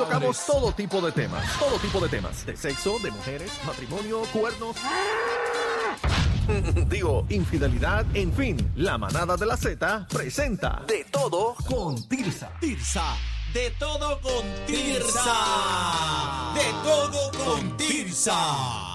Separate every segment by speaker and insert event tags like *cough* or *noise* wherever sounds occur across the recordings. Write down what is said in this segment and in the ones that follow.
Speaker 1: Tocamos todo tipo de temas, todo tipo de temas, de sexo, de mujeres, matrimonio, *laughs* cuernos, digo, infidelidad, en fin, la manada de la Z presenta
Speaker 2: De todo
Speaker 1: con Tirsa.
Speaker 3: Tirsa. De todo con Tirsa. De todo con Tirsa.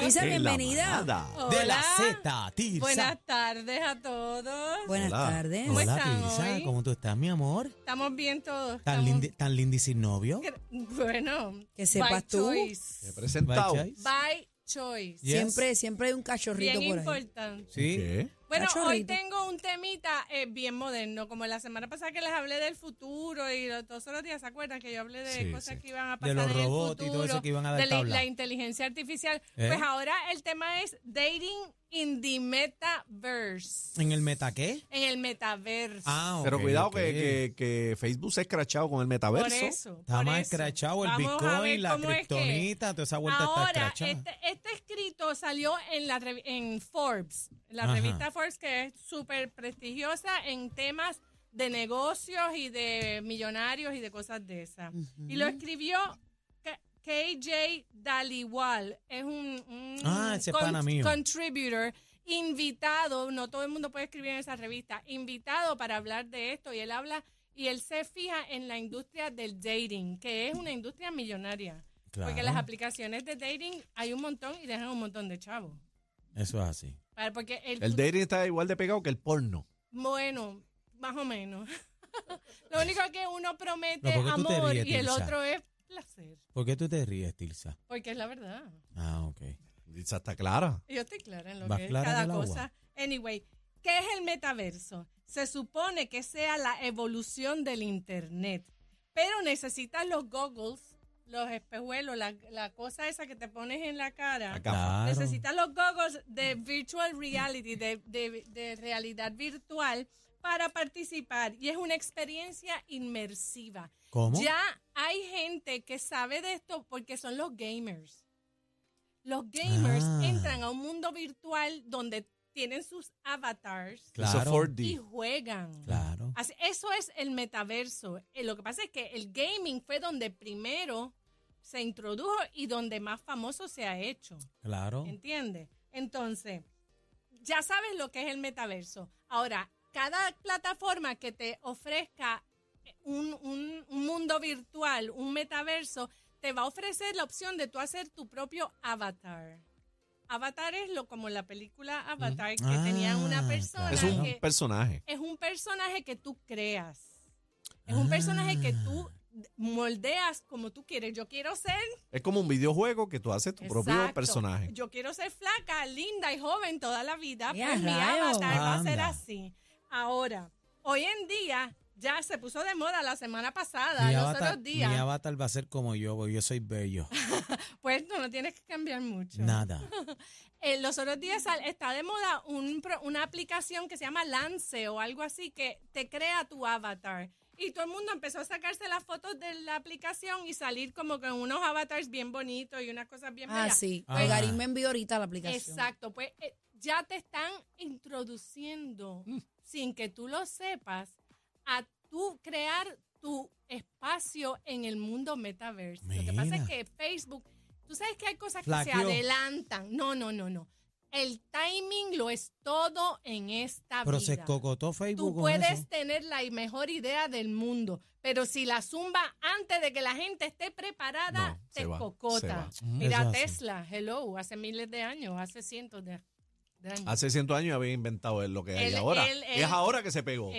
Speaker 4: Luisa,
Speaker 3: De la
Speaker 4: bienvenida.
Speaker 3: manada De la
Speaker 5: Hola.
Speaker 3: Z, Tirsa.
Speaker 5: Buenas tardes a todos.
Speaker 4: Buenas
Speaker 3: Hola.
Speaker 4: tardes.
Speaker 5: ¿Cómo
Speaker 3: Hola,
Speaker 5: están
Speaker 3: Tirsa.
Speaker 5: hoy?
Speaker 3: ¿Cómo tú estás, mi amor?
Speaker 5: Estamos bien todos.
Speaker 3: Tan,
Speaker 5: estamos-
Speaker 3: linda tan linda y sin novio.
Speaker 5: Gra- Bueno,
Speaker 4: Que sepas
Speaker 5: by
Speaker 4: tú.
Speaker 5: choice.
Speaker 1: Presentado.
Speaker 3: By choice.
Speaker 5: By choice.
Speaker 3: Yes.
Speaker 4: Siempre, siempre hay un cachorrito
Speaker 5: Bien
Speaker 4: por ahí.
Speaker 5: importante.
Speaker 3: Sí.
Speaker 5: Bueno, hoy
Speaker 4: Cachorrito.
Speaker 5: tengo un temita eh, bien moderno, como la semana pasada que les hablé del futuro y lo- todos los días, ¿se acuerdan? Que yo hablé de
Speaker 3: Sí,
Speaker 5: cosas
Speaker 3: sí.
Speaker 5: que iban a
Speaker 3: De
Speaker 5: pasar
Speaker 3: los
Speaker 5: en el
Speaker 3: robots y
Speaker 5: futuro,
Speaker 3: todo eso que iban a dar
Speaker 5: de la,
Speaker 3: tabla.
Speaker 5: la inteligencia artificial.
Speaker 3: ¿Eh?
Speaker 5: Pues ahora el tema es dating in the metaverse,
Speaker 3: ¿En el meta qué?
Speaker 5: en el metaverso.
Speaker 3: Ah,
Speaker 6: Pero
Speaker 3: ok,
Speaker 6: cuidado
Speaker 3: ok.
Speaker 6: que, que- que Facebook se ha escrachado con el
Speaker 5: Por
Speaker 6: metaverso.
Speaker 5: eso.
Speaker 3: Está
Speaker 5: por
Speaker 3: más
Speaker 5: eso.
Speaker 3: escrachado el
Speaker 5: Vamos a ver
Speaker 3: Bitcoin, la
Speaker 5: cómo es que-
Speaker 3: criptonita, toda esa vuelta
Speaker 5: Ahora,
Speaker 3: está escrachada.
Speaker 5: Este, este escrito salió en la revi- en Forbes, la
Speaker 3: Ajá.
Speaker 5: revista Forbes que es súper prestigiosa en temas de negocios y de millonarios y de cosas de esas. Y lo escribió K- KJ Daliwal, es un, un
Speaker 3: Ah, ese pana mío.
Speaker 5: contributor invitado, no todo el mundo puede escribir en esa revista, invitado para hablar de esto y él habla y él se fija en la industria del dating, que es una industria millonaria. Porque
Speaker 3: Claro.
Speaker 5: las aplicaciones de dating hay un montón y dejan un montón de chavos.
Speaker 3: Eso es así.
Speaker 5: Para- Porque el,
Speaker 6: El dating está igual de pegado que el porno.
Speaker 5: bueno, más o menos. *laughs* Lo único es que uno
Speaker 3: No,
Speaker 5: promete
Speaker 3: ¿por qué tú te
Speaker 5: amor
Speaker 3: ríes,
Speaker 5: y el
Speaker 3: Tirsa?
Speaker 5: otro es placer.
Speaker 3: ¿Por qué tú te ríes, Tirsa?
Speaker 5: Porque es la verdad.
Speaker 3: Ah, ok.
Speaker 6: Esa está clara.
Speaker 5: Yo estoy clara en lo
Speaker 3: Más
Speaker 5: que es
Speaker 3: clara
Speaker 5: cada
Speaker 3: del agua.
Speaker 5: cosa. Anyway, ¿qué es el metaverso? Se supone que sea la evolución del Internet, pero necesitas los goggles, los espejuelos, la, la cosa esa que te pones en la cara.
Speaker 6: Acá.
Speaker 3: Claro.
Speaker 5: Necesitas los goggles de virtual reality, de, de- de realidad virtual, para participar. Y es una experiencia inmersiva.
Speaker 3: ¿Cómo?
Speaker 5: Ya hay gente que sabe de esto porque son los gamers. Los gamers
Speaker 3: Ah.
Speaker 5: entran a un mundo virtual donde tienen sus avatars
Speaker 6: Eso
Speaker 3: Claro.
Speaker 6: 4D.
Speaker 5: y juegan.
Speaker 3: Claro.
Speaker 5: Así- eso es el metaverso. Eh, lo que pasa es que el gaming fue donde primero se introdujo y donde más famoso se ha hecho.
Speaker 3: Claro.
Speaker 5: ¿Entiendes? Entonces, ya sabes lo que es el metaverso. Ahora, cada plataforma que te ofrezca un, un- un mundo virtual, un metaverso, te va a ofrecer la opción de tú hacer tu propio avatar. Avatar es lo, como la película Avatar, que
Speaker 3: Ah,
Speaker 5: tenían una persona
Speaker 6: Mm. Es un
Speaker 5: que
Speaker 6: personaje.
Speaker 5: es un personaje que tú creas. Es un personaje que tú
Speaker 6: Ah.
Speaker 5: moldeas como tú quieres. Yo quiero ser
Speaker 6: Es como un videojuego que tú haces tu propio
Speaker 5: Exacto.
Speaker 6: personaje.
Speaker 5: Yo quiero ser flaca, linda y joven toda la vida.
Speaker 4: ¡Ya,
Speaker 5: pues mi
Speaker 4: rayos!
Speaker 5: avatar va a ser
Speaker 3: Anda.
Speaker 5: así. Ahora, hoy en día ya se puso de moda la semana pasada,
Speaker 3: mi,
Speaker 5: los
Speaker 3: avatar,
Speaker 5: otros
Speaker 3: mi
Speaker 5: días.
Speaker 3: avatar va a ser como yo, porque yo soy
Speaker 5: *laughs*
Speaker 3: bello.
Speaker 5: Pues tú no tienes que cambiar mucho.
Speaker 3: Nada.
Speaker 5: Eh, los otros días sal- está de moda un pro- una aplicación que se llama Lance o algo así que te crea tu avatar. Y todo el mundo empezó a sacarse las fotos de la aplicación y salir como con unos avatars bien bonitos y unas cosas bien
Speaker 4: Ah,
Speaker 5: bellas.
Speaker 4: sí.
Speaker 3: Ah.
Speaker 4: Pues Garín me envió ahorita la aplicación.
Speaker 5: Exacto, pues eh, ya te están introduciendo, sin que tú lo sepas, a tú crear tu espacio en el mundo metaverso. Lo que pasa es
Speaker 3: Mira.
Speaker 5: que Facebook, tú sabes que hay cosas que
Speaker 3: Flaqueó.
Speaker 5: se adelantan. No, no, no, no. El timing lo es todo en esta
Speaker 2: Pero
Speaker 5: vida.
Speaker 2: se cocotó Facebook
Speaker 5: Tú
Speaker 2: con
Speaker 5: puedes
Speaker 2: eso.
Speaker 5: tener la mejor idea del mundo, pero si la zumba antes de que la gente esté preparada,
Speaker 6: No, se
Speaker 5: te
Speaker 6: va, se
Speaker 5: cocota.
Speaker 6: va.
Speaker 5: Mira
Speaker 2: Eso es así.
Speaker 5: Tesla, hello, hace miles de años, hace cientos de, de años.
Speaker 6: Hace 100 años había inventado él lo que hay
Speaker 5: Él-
Speaker 6: ahora.
Speaker 5: él-
Speaker 6: es
Speaker 5: él-
Speaker 6: ahora que se pegó.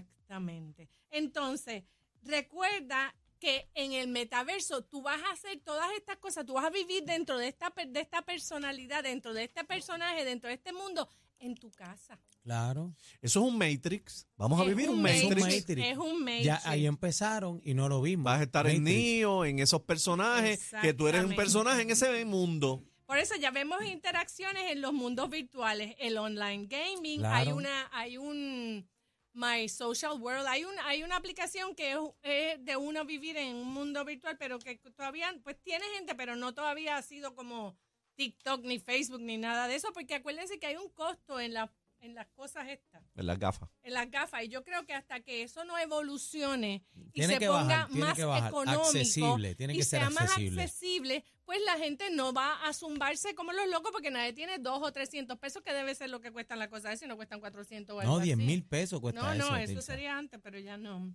Speaker 5: Exactamente. Entonces, recuerda que en el metaverso tú vas a hacer todas estas cosas, tú vas a vivir dentro de esta, per- de esta personalidad, dentro de este personaje, dentro de este mundo, en tu casa.
Speaker 2: Claro.
Speaker 6: Eso es un Matrix. Vamos a
Speaker 5: Es
Speaker 6: vivir un,
Speaker 2: Matrix.
Speaker 6: Matrix.
Speaker 2: Matrix.
Speaker 5: Es un Matrix.
Speaker 2: Ya ahí empezaron y no lo vimos.
Speaker 6: Vas a estar en
Speaker 2: Matrix.
Speaker 6: Neo, en esos personajes, que tú eres un
Speaker 5: Exactamente.
Speaker 6: personaje en ese mundo.
Speaker 5: Por eso ya vemos interacciones en los mundos virtuales, el online gaming,
Speaker 2: Claro.
Speaker 5: hay una, hay un My Social World, hay un, hay una aplicación que es, es de uno vivir en un mundo virtual, pero que todavía, pues tiene gente, pero no todavía ha sido como TikTok ni Facebook ni nada de eso, porque acuérdense que hay un costo en la- en las cosas estas,
Speaker 6: En las gafas.
Speaker 5: en las gafas, y yo creo que hasta que eso no evolucione y
Speaker 2: Tiene
Speaker 5: se
Speaker 2: que
Speaker 5: ponga
Speaker 2: bajar, tiene
Speaker 5: más
Speaker 2: que bajar.
Speaker 5: económico
Speaker 2: Accesible, tiene
Speaker 5: y
Speaker 2: que ser
Speaker 5: sea más
Speaker 2: accesible.
Speaker 5: accesible, pues la gente no va a zumbarse como los locos porque nadie tiene dos o trescientos pesos que debe ser lo que cuestan las cosas si no cuestan 400 o algo
Speaker 2: No, 10
Speaker 5: así.
Speaker 2: mil pesos cuesta
Speaker 5: No,
Speaker 2: eso.
Speaker 5: no, eso
Speaker 2: Tirsa.
Speaker 5: sería antes, pero ya no.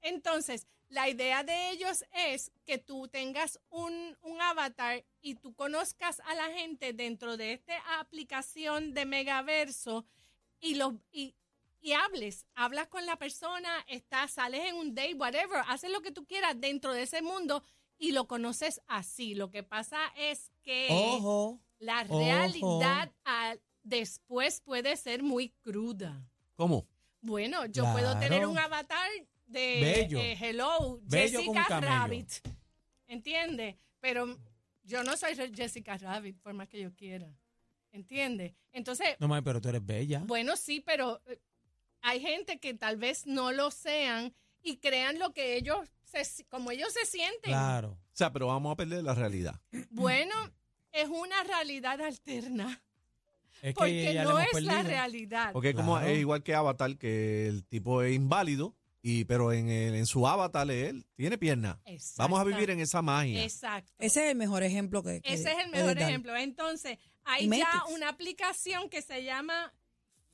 Speaker 5: Entonces, la idea de ellos es que tú tengas un, un avatar y tú conozcas a la gente dentro de esta aplicación de Megaverso y los y, y hables, hablas con la persona, estás, sales en un date, whatever, haces lo que tú quieras dentro de ese mundo y lo conoces así. Lo que pasa es que
Speaker 2: Ojo,
Speaker 5: la
Speaker 2: ojo.
Speaker 5: realidad al- después puede ser muy cruda.
Speaker 6: ¿Cómo?
Speaker 5: Bueno, yo
Speaker 2: Claro.
Speaker 5: puedo tener un avatar de
Speaker 2: Bello.
Speaker 5: eh, Hello,
Speaker 2: Bello como un
Speaker 5: Jessica
Speaker 2: camello.
Speaker 5: Rabbit. ¿Entiendes? Pero yo no soy re- Jessica Rabbit, por más que yo quiera. ¿Entiendes? Entonces,
Speaker 2: no mames, pero tú eres bella.
Speaker 5: bueno, sí, pero eh, hay gente que tal vez no lo sean y crean lo que ellos, se si- como ellos se sienten.
Speaker 2: Claro.
Speaker 6: O sea, pero vamos a perder la realidad.
Speaker 5: Bueno, es una realidad alterna.
Speaker 2: Es que
Speaker 5: Porque
Speaker 2: ya la
Speaker 5: no
Speaker 2: hemos
Speaker 5: es la
Speaker 2: perdido.
Speaker 5: realidad.
Speaker 6: Porque como
Speaker 2: Claro.
Speaker 6: es igual que Avatar, que el tipo es inválido, y pero en, el- en su Avatar él tiene pierna. Vamos a vivir en esa magia.
Speaker 5: Exacto.
Speaker 4: Ese es el mejor ejemplo que. que
Speaker 5: Ese es el
Speaker 4: puedes
Speaker 5: mejor
Speaker 4: dar.
Speaker 5: ejemplo. Entonces, hay
Speaker 4: Y
Speaker 5: ya
Speaker 4: Matrix.
Speaker 5: una aplicación que se llama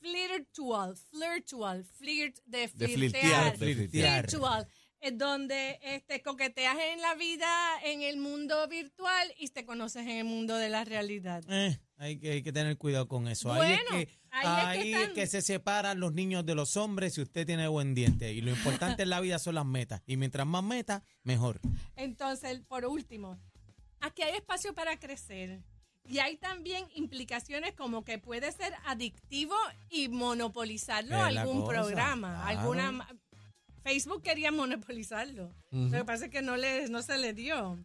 Speaker 5: Flirtual, Flirtual, Flirt de
Speaker 6: De
Speaker 5: flirtear,
Speaker 6: flirtear.
Speaker 2: de flirtear.
Speaker 5: Virtual, es donde este, coqueteas en la vida, en el mundo virtual y te conoces en el mundo de la realidad.
Speaker 2: Eh, hay, que, hay que tener cuidado con eso. ahí
Speaker 5: Bueno,
Speaker 2: es que,
Speaker 5: ahí es que
Speaker 2: ahí es
Speaker 5: están-
Speaker 2: que se separan los niños de los hombres si usted tiene buen diente. Y lo importante en la vida son las metas. Y mientras más metas, mejor.
Speaker 5: Entonces, por último, aquí hay espacio para crecer. Y hay también implicaciones como que puede ser adictivo y monopolizarlo
Speaker 2: Es la
Speaker 5: algún
Speaker 2: cosa,
Speaker 5: programa,
Speaker 2: claro.
Speaker 5: alguna ma- Facebook quería monopolizarlo. Lo que pasa es que no le no se le dio.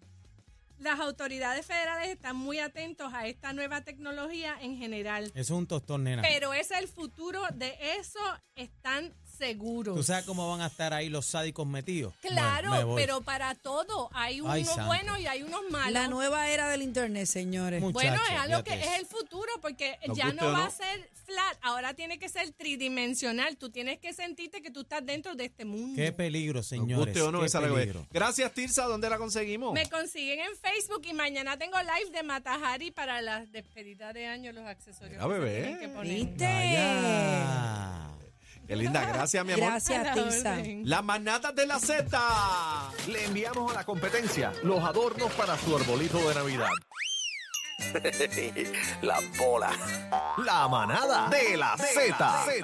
Speaker 5: Las autoridades federales están muy atentos a esta nueva tecnología en general,
Speaker 2: Eso es un tostón, nena.
Speaker 5: pero es el futuro de eso, están seguros.
Speaker 2: ¿Tú sabes cómo van a estar ahí los sádicos metidos?
Speaker 5: Claro,
Speaker 2: Me- me voy.
Speaker 5: pero para todo hay uno
Speaker 2: Ay, santo.
Speaker 5: bueno y hay unos malos.
Speaker 4: La nueva era del internet, señores.
Speaker 2: Muy-
Speaker 5: Bueno,
Speaker 2: Muchacho,
Speaker 5: es algo que
Speaker 2: fíjate
Speaker 5: es
Speaker 2: eso.
Speaker 5: el futuro porque
Speaker 6: Nos
Speaker 5: ya
Speaker 6: guste
Speaker 5: no
Speaker 6: o
Speaker 5: va
Speaker 6: no.
Speaker 5: a ser flat, ahora tiene que ser tridimensional. Tú tienes que sentirte que tú estás dentro de este mundo.
Speaker 2: Qué peligro,
Speaker 6: Nos
Speaker 2: señores.
Speaker 6: guste o no,
Speaker 2: qué
Speaker 6: esa es la que-
Speaker 2: peligro.
Speaker 6: Gracias, Tirsa. ¿Dónde la conseguimos?
Speaker 5: Me consiguen en Facebook y mañana tengo live de Matajari para las despedidas de año, los accesorios.
Speaker 6: Mira,
Speaker 5: que se
Speaker 6: bebé.
Speaker 5: tienen que poner.
Speaker 4: ¿Viste?
Speaker 2: Vaya.
Speaker 6: Qué linda, gracias, mi amor.
Speaker 4: Gracias,
Speaker 5: A la
Speaker 4: Tirsa.
Speaker 5: orden.
Speaker 6: Las manatas de la Z.
Speaker 1: Le enviamos a la competencia los adornos para su arbolito de *laughs* Navidad.
Speaker 7: La bola.
Speaker 1: La manada de la Z.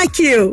Speaker 8: like you.